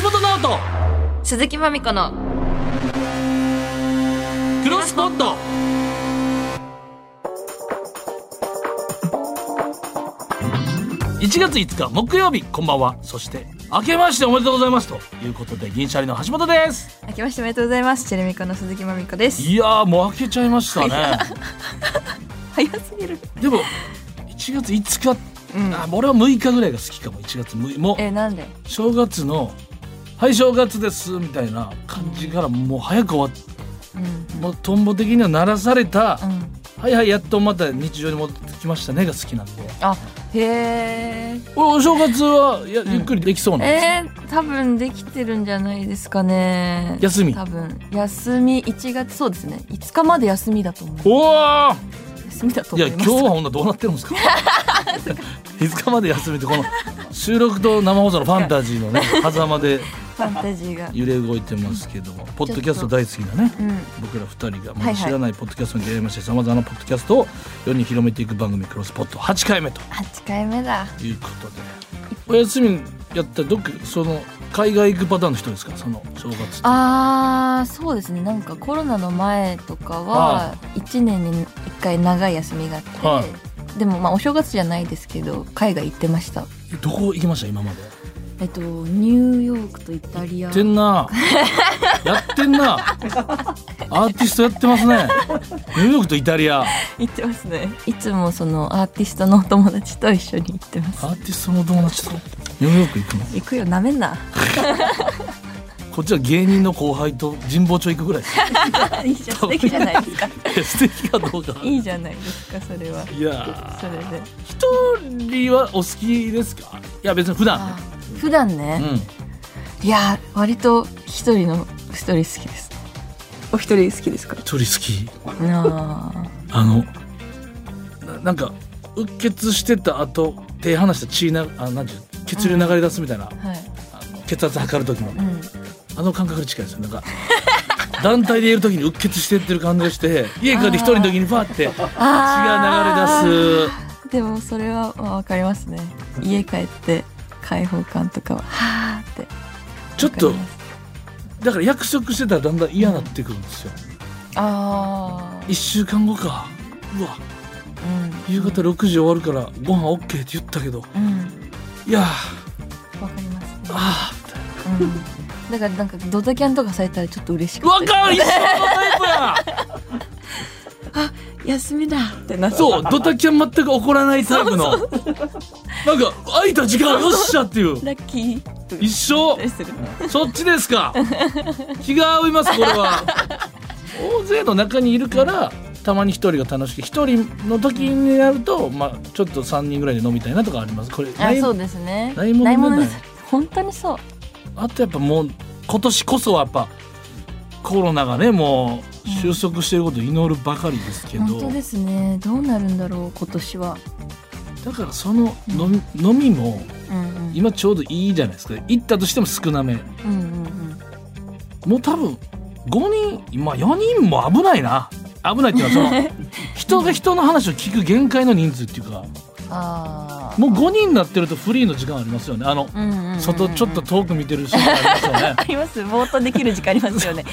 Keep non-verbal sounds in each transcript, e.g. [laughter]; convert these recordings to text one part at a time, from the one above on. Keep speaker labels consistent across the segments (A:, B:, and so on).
A: 橋本直人
B: 鈴木まみこの
A: クロスポット1月5日木曜日こんばんはそして明けましておめでとうございますということで銀シャリの橋本です
B: 明けましておめでとうございますチェルミコの鈴木まみこです
A: いやーもう明けちゃいましたね
B: 早すぎる
A: [laughs] でも1月5日、
B: うん
A: あ俺は6日ぐらいが好きかも1月6日もう
B: えなんで
A: 正月の「はい正月です」みたいな感じからもう早く終わっ
B: うん
A: もうトンボ的には鳴らされた
B: うん
A: 「はいはいやっとまた日常に戻ってきましたね」が好きなんで
B: あへえ
A: おお正月はや
B: ん
A: ゆっくりできそうなんです、
B: えー、多分できてるんじゃないですかね
A: 休み
B: 多分休み1月そうですね5日まで休みだと思う
A: おお
B: 休みだと
A: い
B: 思
A: や
B: い
A: 今
B: ま
A: 日
B: す
A: はほんなどうなってるんです
B: [laughs]
A: か5日まで休みってこの収録と生放送のファンタジー
B: [laughs]
A: のね狭間で
B: ファンタジーが
A: 揺れ動いてますけどもポッドキャスト大好きなね
B: うん
A: 僕ら二人が
B: は
A: まだ
B: いはい
A: 知らないポッドキャストに出会いましてさまざまなポッドキャストを世に広めていく番組「クロスポット」8回目と
B: 8回目だ
A: いうことでお休みやったらどっかその海外行くパターンの人ですかその正月って
B: あーそうですねなんかコロナの前とか
A: は
B: は1年に1回長い休みがあって、
A: は
B: でもまあお正月じゃないですけど海外行ってました
A: どこ行きました今まで
B: えっとニューヨークとイタリ
A: や
B: ア
A: ってんなやってんなアーティストやってますねニューヨークとイタリアア
B: 行ってますねいつもそのアーティストのお友達と一緒に行ってます
A: ーティストの友達とニューヨーク行くの
B: 行くよなめんな
A: こっちは芸人の後輩と神保町行くぐらいです
B: [laughs] いいじゃん素敵じゃないで
A: [laughs]
B: すか
A: 素敵かどうか
B: いいじゃないですかそれはい
A: や
B: それで
A: ー一人はお好きですかいや別に普段ね
B: 普段
A: う
B: ね、
A: ん
B: いやー割と一人の一人好きですお一人好きですか
A: 一人好き
B: なあ
A: あのななんかうっ血してた後手離した血なあなんていう血流流れ出すみたいな、
B: はい
A: あの血圧測る時の
B: うん
A: あの感覚に近いですよ。なんか [laughs] 団体でいる時にうっ血してってる感じがして家帰って一人の時にパーって血が
B: あー
A: 流れ出す
B: でもそれはまあわかりますね家帰って開放感とかははーって
A: ちょっと
B: わかります
A: だから約束してたらだんだん嫌になってくるんですよ。
B: あ
A: 1週間後かうわ
B: ーうん
A: 夕方6時終わるからご飯 OK って言ったけど
B: うん
A: いやー
B: わかります、ね
A: あーみたいな。
B: うん、だからなんかドタキャンとかされたらちょっと嬉しく
A: わかる一緒のタイプや
B: 休みだってなう
A: そうドタキャン全く怒らないタイプのなんか空いた時間よっしゃっていう
B: ラッキー
A: 一緒
B: たりする
A: そっちですか気が合いますこれは大勢の中にいるからたまに一人が楽しく一人の時になると、まあ、ちょっと3人ぐらいで飲みたいなとかありますこれな
B: あ
A: い
B: そうですね
A: ないものね
B: です本当にそう
A: あとやっぱもう今年こそはやっぱコロナがねもう収束していることを祈るばかりですけど、
B: 本当ですねどうなるんだろう今年は
A: だからその飲み,、飲みも
B: うんうん
A: 今ちょうどいいじゃないですか行ったとしても少なめ
B: うんうんうん
A: もう多分5人まあ4人も危ないな危ないっていうのはそ
B: [laughs]
A: の人が人の話を聞く限界の人数っていうか
B: ああ
A: もう5人になってるとフリーの時間ありますよねあの
B: うんうんうんうん
A: 外ちょっと遠く見てる人間ありますよ
B: [laughs]
A: ね
B: ありますぼーっとできる時間ありま
A: [laughs]
B: すよね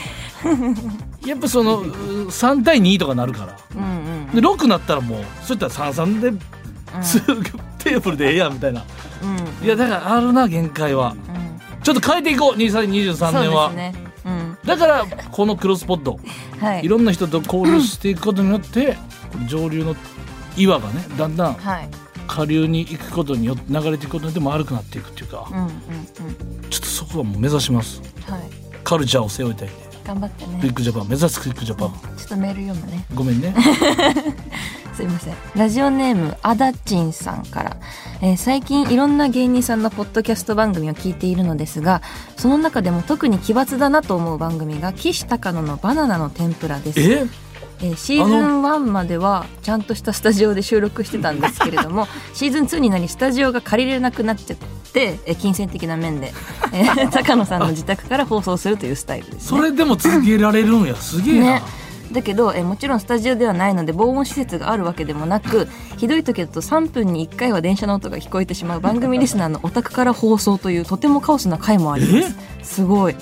A: やっぱそのうー3対2とかなるから
B: うんうん
A: で6なったらもうそういったら33で、すぐテーブルでええやんみたいな
B: うん
A: いやだからあるな限界は
B: うん
A: ちょっと変えていこう2323年は、
B: そうですねうん
A: だからこのクロスポッド
B: はい
A: いろんな人と交流していくことによってこの上流の岩がねだんだん
B: はい
A: 下流に行くことによって流れていくことによって丸くなっていくっていうか
B: うんうんうん
A: ちょっとそこはもう目指します
B: はい
A: カルチャーを背負いたいね
B: 頑張って
A: クイ
B: ね
A: ックジャパン目指すクイックジャパン
B: ちょっとメール読む [laughs] ね
A: ごめんね
B: すいませんラジオネームあだちんさんから、えー最近いろんな芸人さんのポッドキャスト番組を聞いているのですがその中でも特に奇抜だなと思う番組が岸高野のバナナの天ぷらです
A: え
B: えーシーズン1まではちゃんとしたスタジオで収録してたんですけれども [laughs] シーズン2になりスタジオが借りれなくなっちゃって、えー金銭的な面で、え
A: [laughs]
B: ー高野さんの自宅から放送するというスタイルです
A: そ
B: ね。
A: れでも続けられるんやすげえな、
B: ねだけどえもちろんスタジオではないので防音施設があるわけでもなくひどい時だと3分に1回は電車の音が聞こえてしまう番組リスナーのお宅から放送というとてもカオスな回もありますすごい。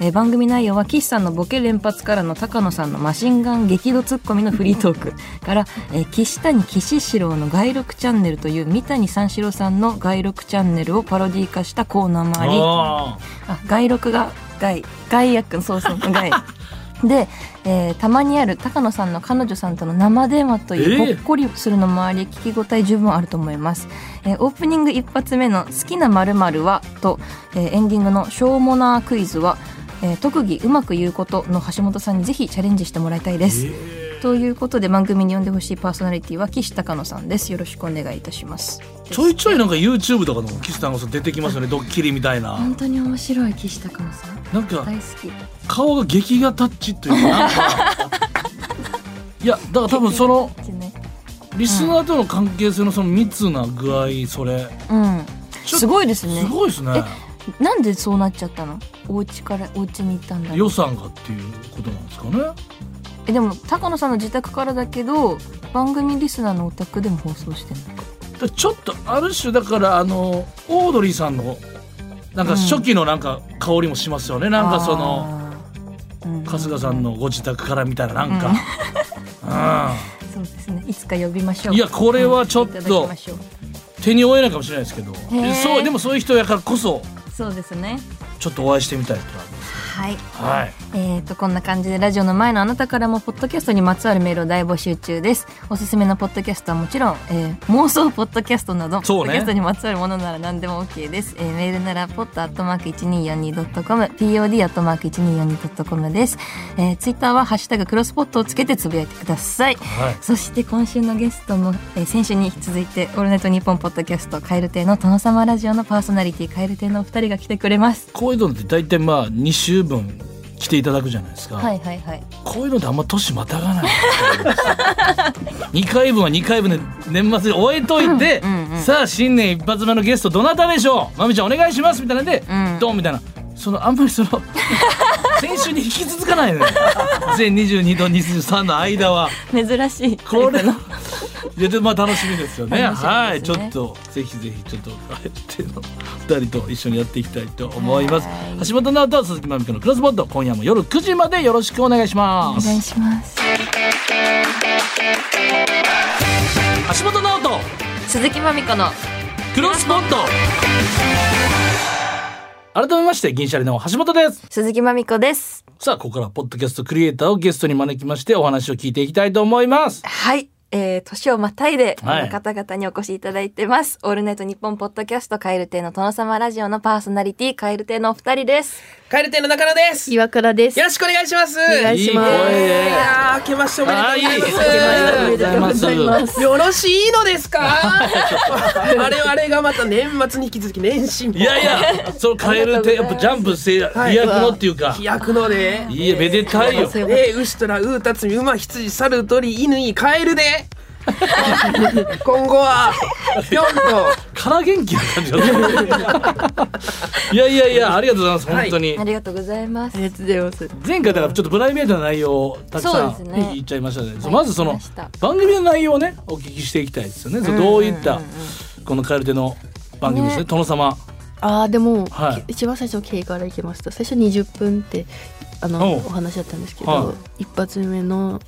B: えー番組内容は岸さんのボケ連発からの高野さんのマシンガン激怒ツッコミのフリートークから、えー岸谷岸四郎の外録チャンネルという三谷三四郎さんの外録チャンネルをパロディ化したコーナーもあり
A: あ
B: あ外録が外外役そうそう
A: [laughs]
B: 外で、えーたまにある高野さんの彼女さんとの生電話とい
A: え
B: う
A: ー
B: ほっこりするのもあり聞き応え十分あると思います、えーオープニング一発目の「好きな〇〇は?」と、えーエンディングの「しょうもなークイズは」えー特技うまく言うこと」の橋本さんにぜひチャレンジしてもらいたいです、ということで番組に呼んでほしいパーソナリティは岸高野さんですよろしくお願いいたします
A: ちょいちょいなんか YouTube とかの岸田さん出てきますよねドッキリみたいな
B: 本当に面白い岸高野さん
A: なんか
B: 大好き
A: 顔が劇画タッチというかなん
B: [laughs]
A: かいやだから多分そのリスナーとの関係性のその密な具合それ
B: うん
A: ちょ
B: すごいですね
A: すごいですね
B: なんでそうなっちゃったのお家からお家に行ったんだろう
A: 予算がっていうことなんですかね
B: えでも高野さんの自宅からだけど番組リスナーのお宅でも放送してるのか
A: だからちょっとある種だからあのオードリーさんのなんか初期のなんか香りもしますよね、なんかその
B: の
A: 春日さんのご自宅からみたいななんか、
B: そうですねいつか呼びましょう
A: い
B: い
A: やこれはちょっと
B: いただきましょう
A: うん手に負えないかもしれないですけど
B: ー
A: そうでもそういう人やからこそ
B: そうですね
A: ちょっとお会いしてみたいとは
B: はい
A: はい
B: えー、とこんな感じでラジオの前のあなたからもポッドキャストにまつわるメールを大募集中ですおすすめのポッドキャストはもちろん、えー妄想ポッドキャストなど、ポ
A: そ
B: ッ
A: うね
B: ドキャストにまつわるものなら何でも OK です、えーメールならポッドアットマーク 1242.com pod アットマーク 1242.com です、えー、ツイッターは「ハッシュタグクロスポット」をつけてつぶやいてください
A: はい
B: そして今週のゲストも、えー先週に引き続いて「オールナイトニッポン」ポッドキャスト「カエル亭」の殿様ラジオのパーソナリティカエル亭のお二人が来てくれます
A: こういうのって大体まあ2週分来ていただくじゃないですか、
B: はいはいはい
A: こういうのってあんま年またがない2回分は2回分で年末に終えといて、
B: うんうんうん
A: さあ新年一発目のゲストどなたでしょうまみちゃんお願いしますみたいなんで、
B: うん
A: ドンみたいなそのあんまりその [laughs] 先週に引き続かないのよ全22と23の間は
B: 珍しい
A: こ
B: [laughs]
A: れいやでもまあ楽しみですよね
B: 楽しみですね
A: はいちょっとぜひぜひちょっとあえての2人と一緒にやっていきたいと思います
B: はい
A: 橋本直人鈴木まみこのクロスボット今夜も夜9時までよろしくお願いし
B: お
A: ます
B: 願いします
A: 橋本直人
B: 鈴木まみこの
A: クロスボット改めまして銀シャリの橋本です
B: 鈴木まみこです
A: さあここからはポッドキャストクリエイターをゲストに招きましてお話を聞いていきたいと思います
B: はい、えー、年をまたいでこ
A: はい
B: の方々にお越しいただいてます、オールナイトニッポンポッドキャストカエル亭の殿様ラジオのパーソナリティカエル亭のお二人です
C: カエル亭の中野です。よ
D: 岩倉です。
C: ろしくお願いします。
D: お願いします
A: いい声で
C: いやー明けましておめでとう
A: はいあり
C: ご
A: がとうご
C: ざい
A: ざいます
C: ます。よろしいのですか。あれあれがまた年末に引き続き年始も
A: いやいやそのカエルってやっぱジャンプせ飛
C: はい
A: 躍のっていうか
C: 飛躍ので。
A: いいえめでたいよ
D: そういうこ
C: えー、牛とら、うーたつみ、馬、羊、猿、鳥、犬、いカエルで。今後は。ぴょんと。
A: から元気な感じだね [laughs] いやいやいやありがとうございます
C: は
A: 本
C: い
A: 当に、
B: ありがとうございます
D: とありがとうございます。
A: 前回だからちょっとプライベートな内容をたくさ
B: そ
A: ん
B: うですね
A: 言っちゃいましたね、
B: はい
A: まずその
B: 言いました
A: 番組の内容をねお聞きしていきたいですよね、そうどういったこの蛙亭の番組ですね
B: ね
A: 殿様
D: ああでも、
A: はい
D: 一番最初の経営からいきました。最初20分ってあの
A: おう
D: お話だったんですけど、
A: は
D: 一発目の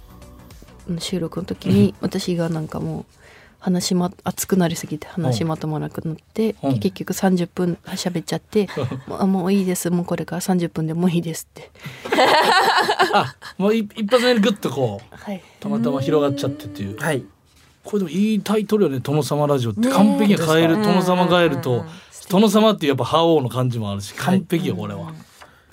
D: うん収録の時に私がなんかもう話ま熱くなりすぎて話まとまらなくなって、
A: うん
D: 結局30分喋っち
A: [laughs]
D: ゃって、もうあもういいですもうこれから30分でもういいですって。
A: あもうい一発目にグッとこう
D: はい。
A: たまたま広がっちゃってっていう
C: はい。
A: これでもいいタイトルよね「殿様ラジオ」って完璧に「カエル殿様ガエル」と「殿様」っていうやっぱ覇王の感じもあるし完璧よこれは。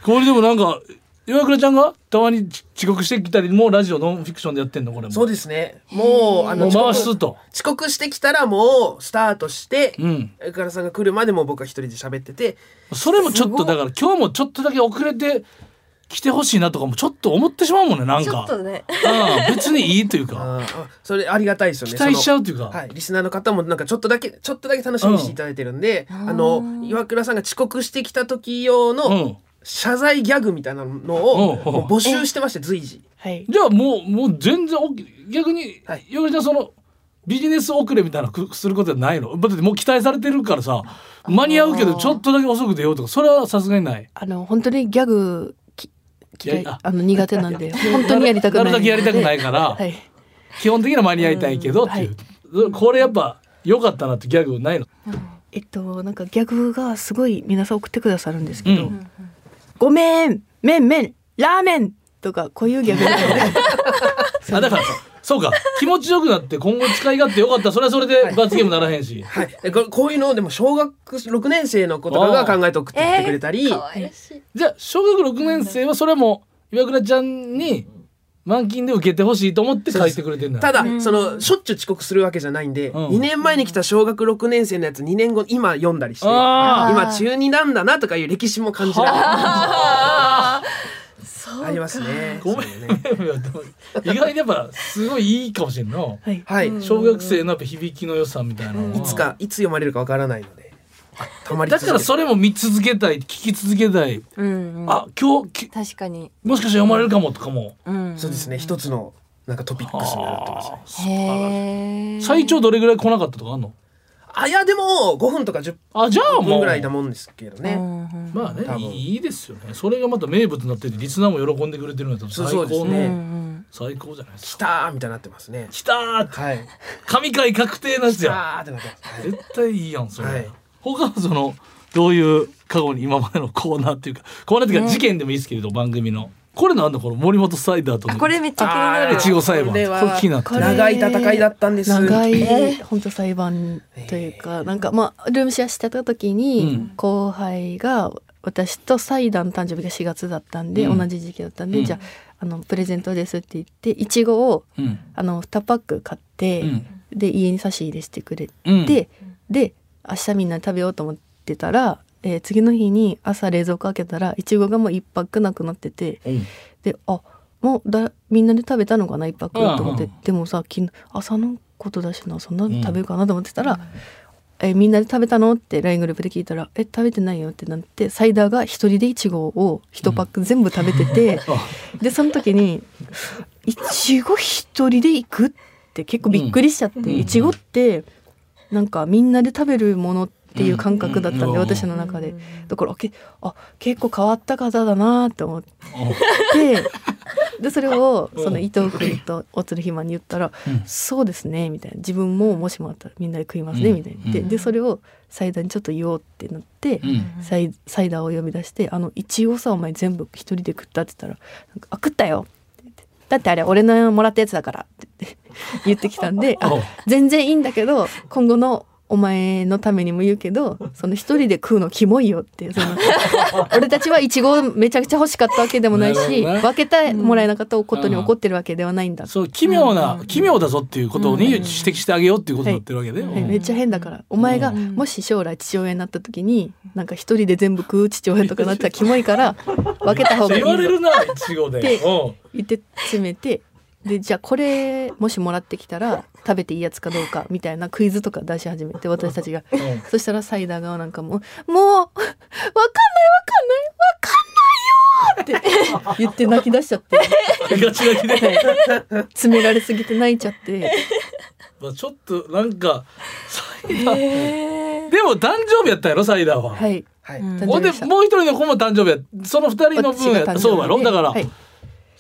A: これでもなんか岩倉ちゃんがたまにち遅刻してきたりもうラジオノンフィクションでやってんのこれも。
C: そうですね。もう、
A: も
C: あの、
A: う
C: 遅
A: 回
C: 刻
A: すと。
C: 遅刻してきたら、もうスタートして。
A: うん。
C: うからさんが来るまでも、僕は一人で喋ってて。
A: それもちょっとだから今日もちょっとだけ遅れて来てほしいなとかもちょっと思ってしまうもんねなん
B: ちょ
A: か
B: っ。とね
A: うん別にいいという
C: [laughs]
A: か
C: あーあそれありがたいですよね。
A: 期待しちゃうという
C: その
A: か
C: は。い、リスナーの方もなんかちょっとだけちょっとだけ楽しみにしていただいてるんで、あの岩倉さんが遅刻してきた時用
A: う
C: の
A: ん。
C: 謝罪ギャグみたいなのを
A: うん
C: もう募集してまして随時
D: はい
A: じゃあもうもう全然お逆に、
C: はい
A: よくじゃんそのビジネス遅れみたいなくすることはないのだってもう期待されてるからさ間に合うけどちょっとだけ遅く出ようとかそれはさすがにない
D: あの本当にギャグき嫌
A: い
D: い
A: やあ
D: あの苦手なんで本当にやりたくない
A: るだけやりたくないから、
D: はい
A: 基本的には間に合いたいけどっていう、これやっぱ良かったなってギャグないの
D: えっとなんかギャグがすごい皆さん送ってくださるんですけど、
A: うん
D: ごめんめんめんラーメンとかこういうギャグなので
A: あだからそうか気持ちよくなって今後使い勝手良かったらそれはそれで罰ゲームならへんし、
C: はい、えここういうのをでも小学6年生の子とかが考えて送ってきてくれたり、
B: 愛し
A: じゃあ小学6年生はそれはもう岩倉ちゃんに満金で受けてほしいと思って書いてくれてるんだ [laughs]
C: ただ、
B: うん
C: そのしょっちゅう遅刻するわけじゃないんで、
A: うん
C: 2年前に来た小学6年生のやつ2年後今読んだりして
A: あ
B: ー
C: 今中2なんだなとかいう歴史も感じられる
B: そう
C: [laughs] ありますね。
A: ごめ
C: そうね
A: いやでも意外にやっぱすごいいいかもしれんの
D: はい
C: はい、
B: うん
A: 小学生のやっぱ響きの良さみたいなのはい
C: つかいつ読まれるかわからないので、たまり
A: だ
C: 続け
A: からそれも見続けたい聞き続けたい
B: うん、うん、
A: あ今日き
B: 確かに、
A: もしかしたら読まれるかもとかも
B: うん、
C: そうですね一つのなんかトピックスになってますね。
B: へえ
A: 最長どれぐらい来なかったとかあんの
C: あいやでも5分とか10
A: あじゃあも
C: 分
A: う
C: ぐらいだもんですけどね。
B: うん
A: まあね
C: 多分
A: いいですよねそれがまた名物になっててリスナーも喜んでくれてるんだった
C: そう
A: ら最
C: そ
A: 高
C: うです
B: うんう
A: の
C: ね
B: ん
A: 最高じゃないです
C: 来
A: か
C: たーみたいになってますね。
A: 来たーって
C: はい。
A: 神回確定なんで
C: 来
A: す
C: た
A: よ
C: ーってなってます。はい
A: 絶対いいやんそれ、
C: はい
A: 他はそのどういう過去に今までのコーナーっていうかコーナーっていうか
B: ね
A: 事件でもいいですけれど、番組のこれなんだこの森本サイダーとの
B: あこれめっちゃ気にな
C: あ
B: る
C: ー
A: いちご裁判
C: これは
A: これ気になって
D: こ
C: [laughs]
D: れ
C: 長い戦いだったんです。
D: 長い、
B: え
D: 本当裁判というか、なんかまあルームシェアしてた時に、
A: うん
D: 後輩が私と祭壇誕生日が4月だったんで、
A: うん
D: 同じ時期だったんで、
A: うん
D: じゃああのプレゼントですって言っていちごを
A: うん
D: あの2パック買って、
A: うん
D: で家に差し入れしてくれて、
A: うん
D: で明日みんなで食べようと思ってたら、えー次の日に朝冷蔵庫開けたらいちごがもう1パックなくなってて。
A: うん
D: であもうだみんなで食べたのかな一泊と思って、
A: うん
D: でもさ昨日朝のことだしなそんなの食べるかなと思ってたら、えみんなで食べたの?」って LINE グループで聞いたら「え食べてないよ」ってなってサイダーが一人でいちごを一パック全部食べてて、でその時に「いちご一人で行く?」って結構びっくりしちゃって、
A: ん
D: いちごってなんかみんなで食べるものっていう感覚だったんで、
A: うん
D: 私の中で。だからあけあ結構変わった方だなって思って。
A: [laughs]
D: ででそれをその伊藤君と大鶴ひまに言ったら
A: う
D: 「
A: ん
D: そうですね」みたいな「自分ももしもあったらみんなで食いますね」
A: うん
D: みたいなで
A: うん
D: でそれをサイダーにちょっと言おうってなって
A: うん
D: サイサイダーを呼び出して「あの一応さお前全部一人で食った」って言ったらなんか「あ食ったよ」って言ってだってあれ俺のもらったやつだから」って言って [laughs] 言ってきたんで「あ
A: お
D: 全然いいんだけど今後のお前のためにも言うけどその一人で食うのキモいよっ
A: [laughs]
D: てその俺たちはいちごめちゃくちゃ欲しかったわけでもない
A: なるほ
D: し
A: どね
D: 分けてもらえなかったことに怒ってるわけではないんだ、
A: そう奇妙な奇妙だぞっていうことに指摘してあげようっていうことになってるわけで、
D: はいめっちゃ変だからお前が
B: うん
D: もし将来父親になった時になんか一人で全部食う父親とかなったらキモい
A: [laughs]
D: から分けた方がいい
A: 言われ
D: よ
A: るないちごで
D: で
A: うん
D: 言って詰めてでじゃあこれもしもらってきたら食べていいやつかどうかみたいなクイズとか出し始めて私たちが
A: うん
D: そしたらサイダー側なんかもう、もう、わかんないわ
A: [laughs]
D: かんないわかんないよーって言って泣き出しちゃって、
A: ガチガチで
D: 詰められすぎて泣いちゃって、
A: まあちょっとなんかサイダー
B: へー
A: でも誕生日やったやろサイダーは。
D: はい。
C: はい。
B: うん
D: 誕
A: ほんで
D: 生日でした
A: もう一人の子も誕生日やその二人の
D: 私
A: 分
D: が誕生
A: や
D: 日
A: そうやろ
D: で
A: だから、
D: はい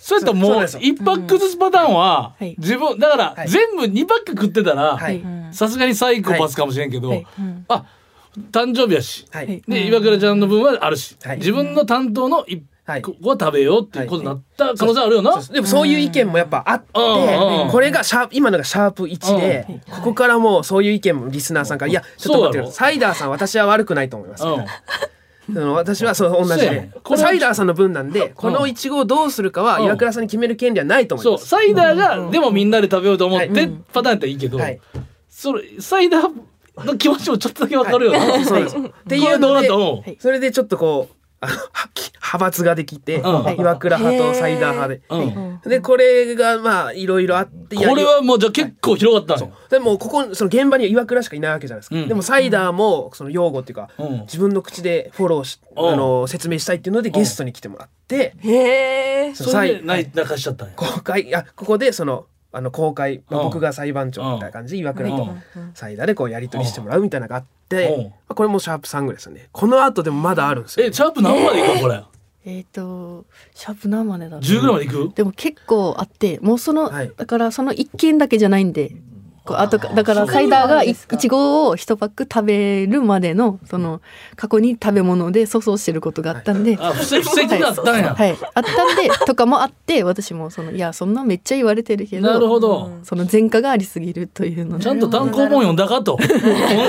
A: そうやったら
C: そ
A: も
C: うなん
A: う
C: ですよ
A: 一パックずつパターンは
D: はい
A: 自分だか
C: は
A: ら
C: い
A: 全部二パック食ってたら
C: は
D: う
C: い。
B: ん
A: さすがにサイコパスかもしれんけど、
D: はいはい
B: うん
A: あ誕生日やし
C: は
D: はいい。
A: で岩倉ちゃんの分はあるし、
C: はい
A: 自分の担当の一
C: はい
A: 個は食べようっていうことになった可能性あるよな。
C: そうですでもそういう意見もやっぱあって、
A: うんうん
C: これがシャープ今のがシャープ1で、
A: う
C: ここからもうそういう意見もリスナーさんから「いやちょっと待ってくださいサイダーさん私は悪くないと思います」
A: うん
C: その私はそう同じ
A: そうや
C: で
A: ねこれ
C: サイダーさんの分なんでこのいちごをどうするかは
A: うん
C: 岩倉さんに決める権利はないと思い
A: そ
C: ま
A: う
C: す。
A: サイダーがでもみんなで食べようと思っ
C: はい
A: てパターンやったらいいけど、
C: はい
A: それサイダーの気持ちもちょっとだけわかるよな。
C: はいそうなんですよって
A: こ
C: い
A: れ
C: う
A: どう
C: の
A: なっ
C: で
A: たの
C: それでちょっとこうあのはき派閥ができ
A: う
C: て、
A: ん
C: 岩倉派とサイダー派で。
A: うん
C: でこれがまあいろいろあって
A: これはもうじゃあ結構広がったのよ
C: でもここその現場には岩倉しかいないわけじゃないですか、
A: うん
C: でもサイダーもその擁護っていうか、
A: うん
C: 自分の口でフォローし、
A: うん
C: あの説明したいっていうのでゲストに来てもらって、
B: へえ。
C: その
A: それで
C: 最
A: 泣い泣かしちゃったんや
C: 公開あここでそのあの公開、まあ
A: うん
C: 僕が裁判長みたいな感じで岩倉
A: う
C: と
A: ん
C: サイダーでこうやり取りしてもらうみたいなのがあって、
A: うん
C: まあこれもシャープ3ぐらいですよねこの後でもまだあるんですよ
A: えシャープ何までいくのこれ
D: えっ、とシャープ何までだろう
A: 10ぐらいまでいく
D: でも結構あってもうその、
C: はい
D: だからその一軒だけじゃないんでこうあとかだから
A: そう
D: サイダーがい
B: そうなんで
D: い
B: すか
D: ちごを一パック食べるまでのその過去に食べ物で粗相してることがあったんで。
A: あ布石布石だったんや
D: はい、あったんでとかもあって私もそのいやそんなめっちゃ言われてるけど
A: なるほど
B: うん
D: その前科がありすぎるというので
A: ちゃんと単行本読んだかとこん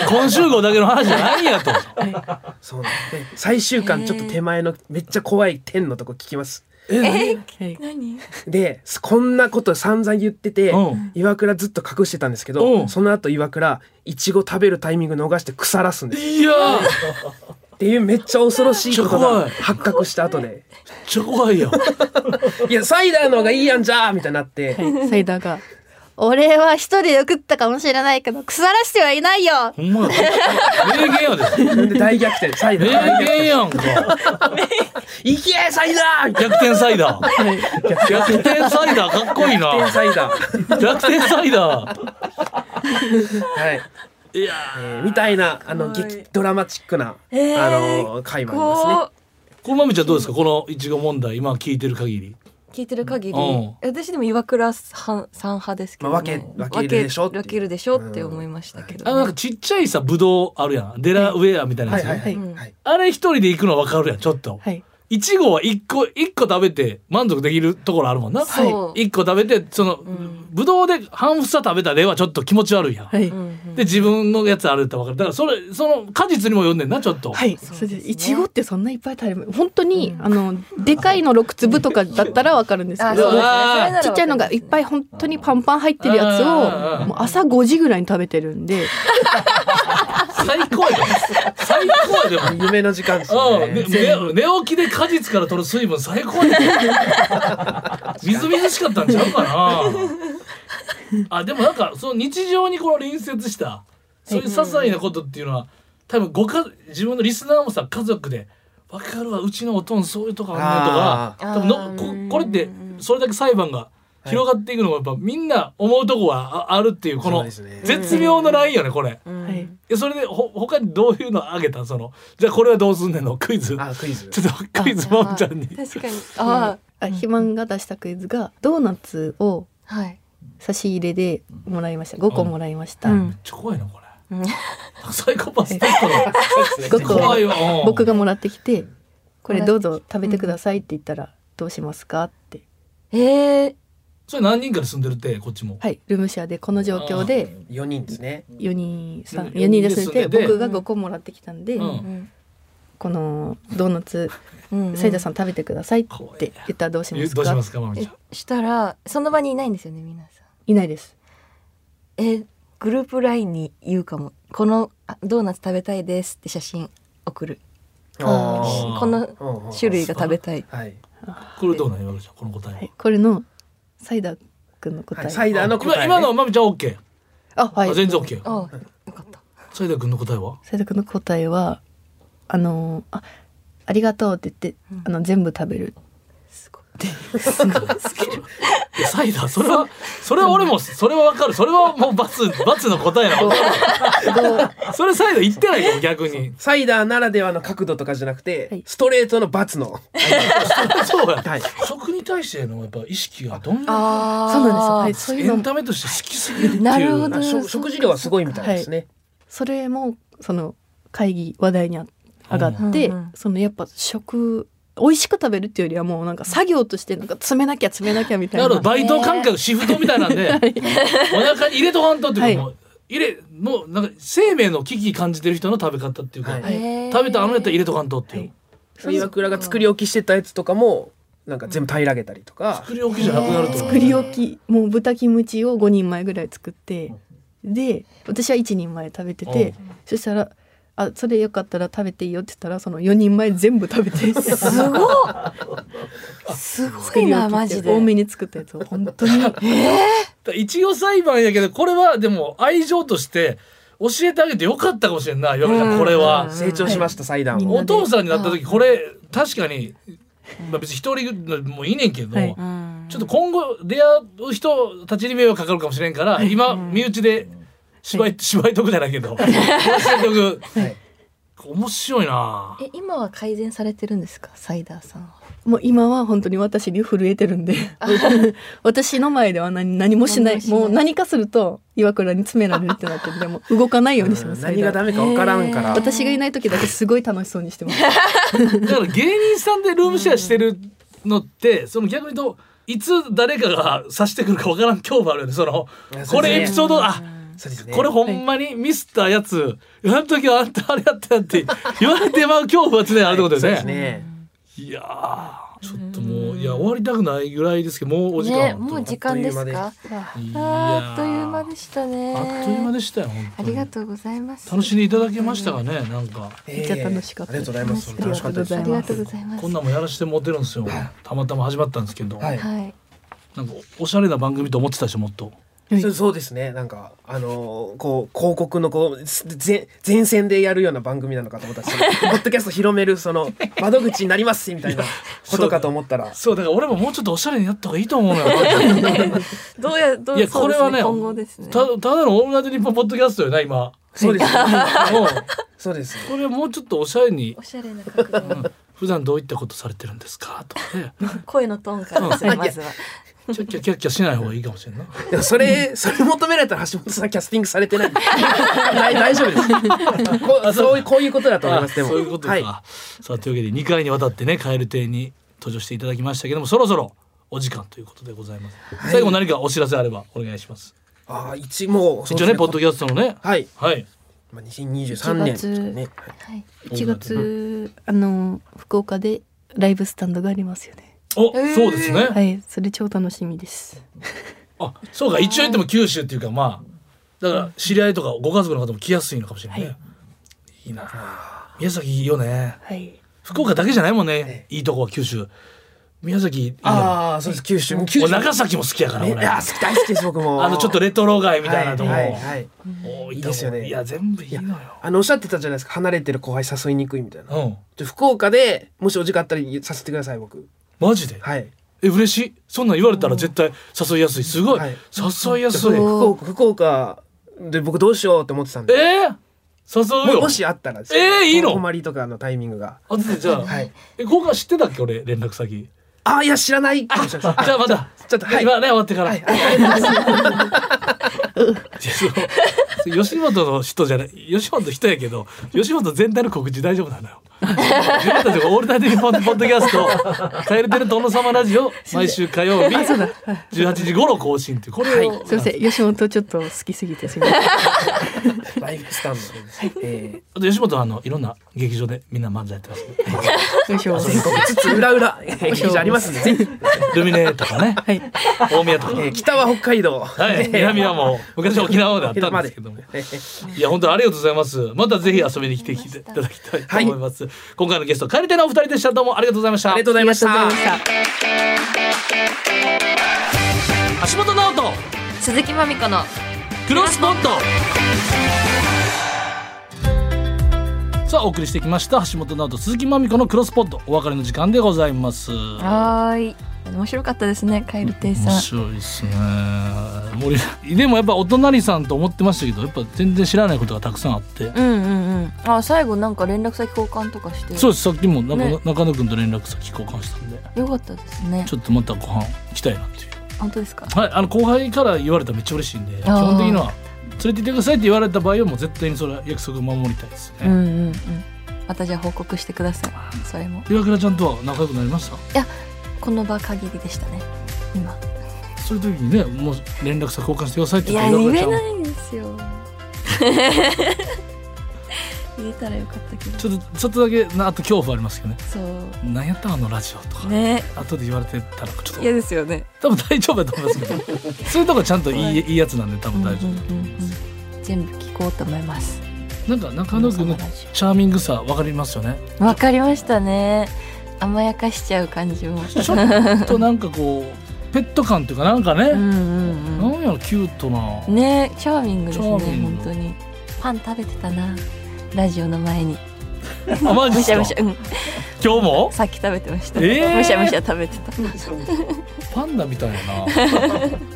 A: 今週号だけの話じゃないんやと
C: そうなんですね最終巻ちょっと手前のめっちゃ怖い天のとこ聞きます
A: え
D: はい
B: 何？
C: ですこんなこと散々言ってて、
A: うん
C: 岩倉ずっと隠してたんですけ
A: う
C: ど
A: ん
C: その後岩倉いちご食べるタイミング逃して腐らすんです
A: いやー
C: っていうめっちゃ恐ろしいこ
A: め
C: と
A: っちゃ怖
C: が
A: い
C: 発覚した後で
A: めっちゃ怖いやん
C: 「いやサイダーの方がいいやんじゃあ」みたいになって
D: はい、サイダーが
E: 俺は一人で食ったかもしれないけど腐らしてはいないよ
A: ほんまや名言やで
C: で大逆転サイダー
A: 名
C: 大逆
A: 言やんか
C: 転いけサイダー!」みたい
A: 逆転サイダー
C: な逆
A: 逆転サイダーかっこいいな
C: 転サイダー
A: 逆転サイダー
C: はい、
A: いや
C: え
A: ー
C: ーみたいなあの激ドラマチックな、あの回もありますね。
B: こ
A: こまみちゃんどうですかこのいちご問題今聞いてる限り
B: う聞いてる限り
A: うん、
B: 私でも岩倉さんさん派ですけど、ね
C: まあ分け分けるでしょっていう
B: 分けるでしょって思いましたけど、
A: あのなんかちっちゃいさぶどうあるやんデラウェアみたいなやつ、
C: はいはいはい、
B: うん
C: はい
A: あれ一人で行くのは分かるやんちょっと、
D: はい
A: いちごは一個一個食べて満足できるところあるもんな。
B: そう
A: 一個食べてその、ぶどうで半房食べた例はちょっと気持ち悪いやん。
D: はい、
B: うんうん
A: で自分のやつあるってわかる。だからそれその果実にもよんねんなちょっと。
D: はい、
B: そう
D: それで
B: ですね
D: いちごってそんないっぱい食べる本当に、あのでかいの6粒とかだったらわかるんです
B: あ
D: け
B: そうですねそれ
D: ど
A: あー
B: なら分かりますね
D: ちっちゃいのがいっぱい本当にパンパン入ってるやつ
A: あー
D: をもう朝5時ぐらいに食べてるんで
A: 最高やで。最高やで。もう
C: 夢の時間ですよ
A: うん、ね。
C: ね
A: 寝寝起きで果実から取る水分最高やで。みずみずしかったんちゃうかな。あでもなんかその日常にこの隣接したそういう些細なことっていうのは多分ご家自分のリスナーもさ家族で「分かるわうちのおとんそういうとこあんねん」とか多
B: あー
A: 分のここれってそれだけ裁判が広がっていくのもやっぱみんな思うとこはああるっていうこ
C: そう
A: の
C: ですね
A: 絶妙なラインよねこれ。
B: うん
D: はい
A: えそれでほ他にどういうのあげたんそのじゃあこれはどうすんねんのクイズ
C: あクイズ
A: ちょっとクイズもんちゃんに
B: 確かにあ
D: あ肥満が出したクイズがドーナツを
B: あはい、
D: 差し入れでもらいました5個もらいました、
A: めっちゃ怖いなこれ、サイコパステストの
D: [laughs] 5個
A: 怖いわうん
D: 僕がもらってきて「これ
B: これ
D: どうぞ食べてください」って言ったら「どうしますか?」って
B: えー、
A: それ何人かで住んでるってこっちも、
D: はいルームシェアでこの状況で
C: 4人ですね。
D: 4人さん
A: うん
D: 4人で住んで
A: で
D: て僕が5個もらってきたんで、
A: うん
B: うん
D: このドーナツ
B: うん
D: 斉田
B: ん
D: さん食べてくださいって言ったらどうし
A: え
D: ます
A: どうし
D: か
A: ますかまみちゃん
B: したらその場にいないんですよね皆さん
D: いないです
B: えーグループラインに言うかもこのあドーナツ食べたいですって写真送る
A: ー
B: この種類が食べたい
C: はい。
A: これどうなんわけじゃんこの答えは、
D: はいこれの斉田君の答え、
C: はいサイダーの答えね
A: 今今のまみちゃん OK、
D: あはい
A: あ全然 OK
B: ああよかった
A: 斉田君の答えは
D: 斉田君の答えはあのあありがとうって言って、
B: うん
D: あの全部食べる
B: すごい
A: いやサイダーそれはそれは俺もそれはわかるそれはもう罰罰の答えなのそれサイダー言ってないかも逆に
C: サイダーならではの角度とかじゃなくて、
D: はい
C: ストレートの罰の。
A: [laughs] そうや、
C: はい
A: 食に対してのやっぱ意識がどんな
B: あ
D: そうなん
B: で
D: ですよ、はい、そう
A: エ
D: いう
A: ン
D: の
A: タメとして好きすぎるっていう
B: なるほど
C: あ食食事量はすごいみたいですね。
D: それもその会議話題にあ上がって、
B: うんうん
D: そのやっぱ食美味しく食べるっていうよりはもうなんか作業としてなんか詰めなきゃ詰めなきゃみたい
A: な
D: な
A: るほどバイト感覚シフトみたいなんで、お腹に入れとかんとっていうかもう入れもうなんか生命の危機感じてる人の食べ方っていうか、
C: はい
A: 食べたあのやったら
B: い
A: 入れとかんとっていう、
D: はい
C: 岩倉が作り置きしてたやつとかも、なんか全部平らげたりとか。
A: 作り置きじゃなくなると
D: 作り置きもう豚キムチを5人前ぐらい作ってで私は1人前食べててそしたら「あそれよかったら食べていいよって言ったらその4人前全部食べて
B: [laughs] すごっすごいなマジで
D: 多めに作ったやつを本
B: [laughs]
D: 当に
A: いちご裁判やけどこれはでも愛情として教えてあげてよかったかもしれんな岩見ちゃんこれは。
C: 成長しました祭壇
D: みん
C: を
D: なで
A: お父さんになった時これ確かに、まあ、別に一人でもいいねんけど、
D: はい
A: ちょっと今後出会う人たちに迷惑かかるかもしれんから今身内で芝居芝居とくじゃないけ
C: [laughs]
A: ど教えとく
C: はい
A: 面白いな
B: え今は改善されてるんですかサイダーさんは
D: もう今は本当に私に震えてるんで [laughs] 私の前では何何もしない
B: 何もしない
D: もう何かすると岩倉に詰められるってなってるでもう動かないようにしてます
C: 何がダメか分からんから
D: 私がいない時だけすごい楽しそうにしてます
A: だから芸人さんでルームシェアしてるのってその逆に言うといつ誰かが刺してくるかわからん恐怖あるよねその
C: いやそ
A: こ
C: うです
A: れ
C: ね
A: エピソードあ
C: そうですね
A: これほんまにミスったやつ、あの時はあんたあれやったやんって言われてまう恐怖は常にあるってことです
C: そう
A: ね。
C: ですね
A: いやーちょっともういや終わりたくないぐらいですけどもうお時間、
B: ねもう時間ですか
A: いやー
B: あーあっという間でしたね
A: あっという間でしたよ本
B: あ
A: 当
B: り
A: に
B: がとうございます
A: 楽しんでいただけましたかねなんか
D: めっちゃ楽しかった
C: ええありがとうございます楽しかったです
D: あ
B: ありがとうございます
A: こんなんもやらしてもてるんですよたまたま始まったんですけど、
C: はい
B: はい
A: なんかおしゃれな番組と思ってたでしょもっと
D: はい
C: そうそうですねなんかあのーこう広告のこうす前前線でやるような番組なのかと思ったしポッドキャスト広めるその窓口になりますみたいなことかと思ったら
A: そうだから俺ももうちょっとおしゃれにやった方がいいと思うのよ
B: どうやどう
A: いやこれはね
B: そうです今後です [laughs] ね
A: たただの「オールナイトニッポン」ポッドキャストよな今
C: そうですね
A: もう
C: そうです
A: これもうちょっとおしゃれに
B: おしゃれな角度
A: 普段どういったことされてるんですかとかね
B: [laughs] 声のトーンからですねまずは
A: キャッキャキャッキャしない方がいいかもしれんない
C: でもそれそれ求められたら橋本さんキャスティングされてない大大丈夫ですこうそういうこういうことだと思いますで
A: あ
C: も
A: そういうことか、
C: はい
A: さあというわけで2回にわたってね蛙亭に登場していただきましたけどもそろそろお時間ということでございます、最後何かお知らせあればお願いします
C: ああ一もうそう
A: 一
C: で
A: 応
C: す
A: ねポッドキャストのね
C: はい
A: はい
C: まあ2023年ですかねはい
B: はい
D: 1月あの福岡でライブスタンドがありますよね
A: お、
B: えー
A: そうですね、
D: はいそれ超楽しみです
A: あそうか一応言っても九州っていうかまあだから知り合いとかご家族の方も来やすいのかもしれないね、、
D: はい
A: いな宮崎いいよね
D: はい
A: 福岡だけじゃないもんね、いいとこは九州宮崎いいな
C: ああそうです九州もう九
A: 俺
C: 州
A: 長崎も好きやから
C: ねい
A: 俺
C: や
A: あ
C: 好き大好きです僕も
A: のちょっとレトロ街みたいなとこ、
C: はいはいはい
A: おーいい
C: いいですよね
A: いや全部いいのよ
C: あのおっしゃってたじゃないですか離れてる後輩誘いにくいみたいな
A: うん
C: ちょ福岡でもしお時間あったらさせてください僕
A: マジで
C: はい
A: え嬉しいそんなん言われたら絶対誘いやすいすごい、
C: はい
A: 誘いやすい
C: 福岡福岡で僕どうしようって思ってたんで
A: えー、誘う
C: も
A: よ
C: もしあったらです
A: えーいいの
C: 泊まりとかのタイミングが
A: あずじゃあ、
C: はい
A: え交換知ってたっけ俺連絡先
C: ああいや知らないかもしれない
A: じゃあまた
C: ちょっとはい
A: 今ね終わってから、い
C: ありがとうございます
A: やそうそう [laughs] 吉本の人じゃない吉本の人やけど吉本全体の告知大丈夫なのよ自分たちがオールナイトニッポンポッドキャスト「カエルテル殿様ラジオ」毎週火曜日18時頃更新っていうこれを、
D: すいません吉本ちょっと好きすぎてすいません
C: ライブスタンドですえ
A: あと吉本はあのいろんな劇場でみんな漫才やってます、
D: 吉本
C: ー全国つつ裏裏
A: [laughs]
C: 劇場ありますんでぜひ
A: ルミネとかね、
D: はい
A: 大宮とか、
C: えー北は北海道
A: はい、南はもう昔は沖縄 [laughs] まであったんです
C: [laughs]
A: けども、いや本当ありがとうございます。またぜひ遊びに来ていただきたいと思います。今回のゲストカルテのお二人でした。どうもありがとうございました。
C: ありがとうございました
A: 橋本直人
B: 鈴木まみこの
A: クロスポット。さあお送りしてきました橋本直人鈴木まみこのクロスポットお別れの時間でございます。
B: はーい面白かったですねカエル亭さん
A: 面白いですね。もう俺でもやっぱお隣さんと思ってましたけど、やっぱ全然知らないことがたくさんあって。
B: うんうんうんあ最後なんか連絡先交換とかして
A: そうですさっきも中,、
B: ね
A: 中野くんと連絡先交換したんで
B: よかったですね
A: ちょっとまたご飯行きたいなっていう
B: 本当ですか
A: はいあの後輩から言われたらめっちゃ嬉しいんで基
B: あー
A: 本的には連れて行ってくださいって言われた場合はもう絶対にそれは約束を守りたいです
B: うんう
A: ね、
B: んうんまたじゃあ報告してくださいそれも
A: 岩倉ちゃんとは仲良くなりました
B: この場限りでしたね今
A: そういう時にねもう連絡先交換してくださいって
B: い
A: 言っ
B: や
A: た岩
B: 言
A: 倉
B: え
A: ちゃんは
B: な
A: い
B: んですよ言えたらよかったけど
A: ちょっとちょっとだけなあと恐怖ありますけどね
B: そう
A: 何やったんあのラジオとか、
B: ね
A: 後で言われてたらちょっ
B: 嫌ですよね
A: と多分大丈夫だと思いますけどそういうとこちゃんといい,、い、いやつなんで多
B: う
A: 分
B: んうんう
A: 大丈夫
B: ん
A: だと思います、
B: うん全部聞こうと思います
A: なんか中野くんのチャーミングさわかりますよね
B: わかりましたね甘やかしちゃう感じも
A: ちょっとなんかこうペット感っていうかなんかね、
B: うんうん
A: なんやろキュートな
B: うんねチャーミングですね
A: チャーミング
B: 本当にパン食べてたなラジオの前に
A: あマジ
B: む
A: っす
B: しゃ
A: か
B: むしゃうん
A: 今日も
B: さっき食べてました、
A: えー
B: むしゃむしゃ食べてた
A: パンダみたいやな
B: [laughs]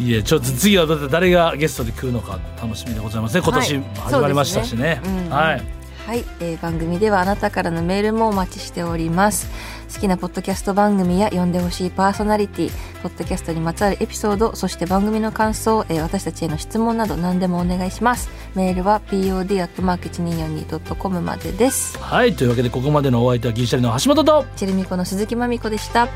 A: いやちょっと次はだって誰がゲストで来るのか楽しみでございますね今年
B: はい
A: 始まりましたしね
B: そうですねうん
A: はい、
B: はい、えー番組ではあなたからのメールもお待ちしております好きなポッドキャスト番組や呼んでほしいパーソナリティポッドキャストにまつわるエピソードそして番組の感想、えー私たちへの質問など何でもお願いしますメールは pod.1242.com までです
A: はいというわけでここまでのお相手はギリシャリの橋本と
B: チェルミコの鈴木まみこでした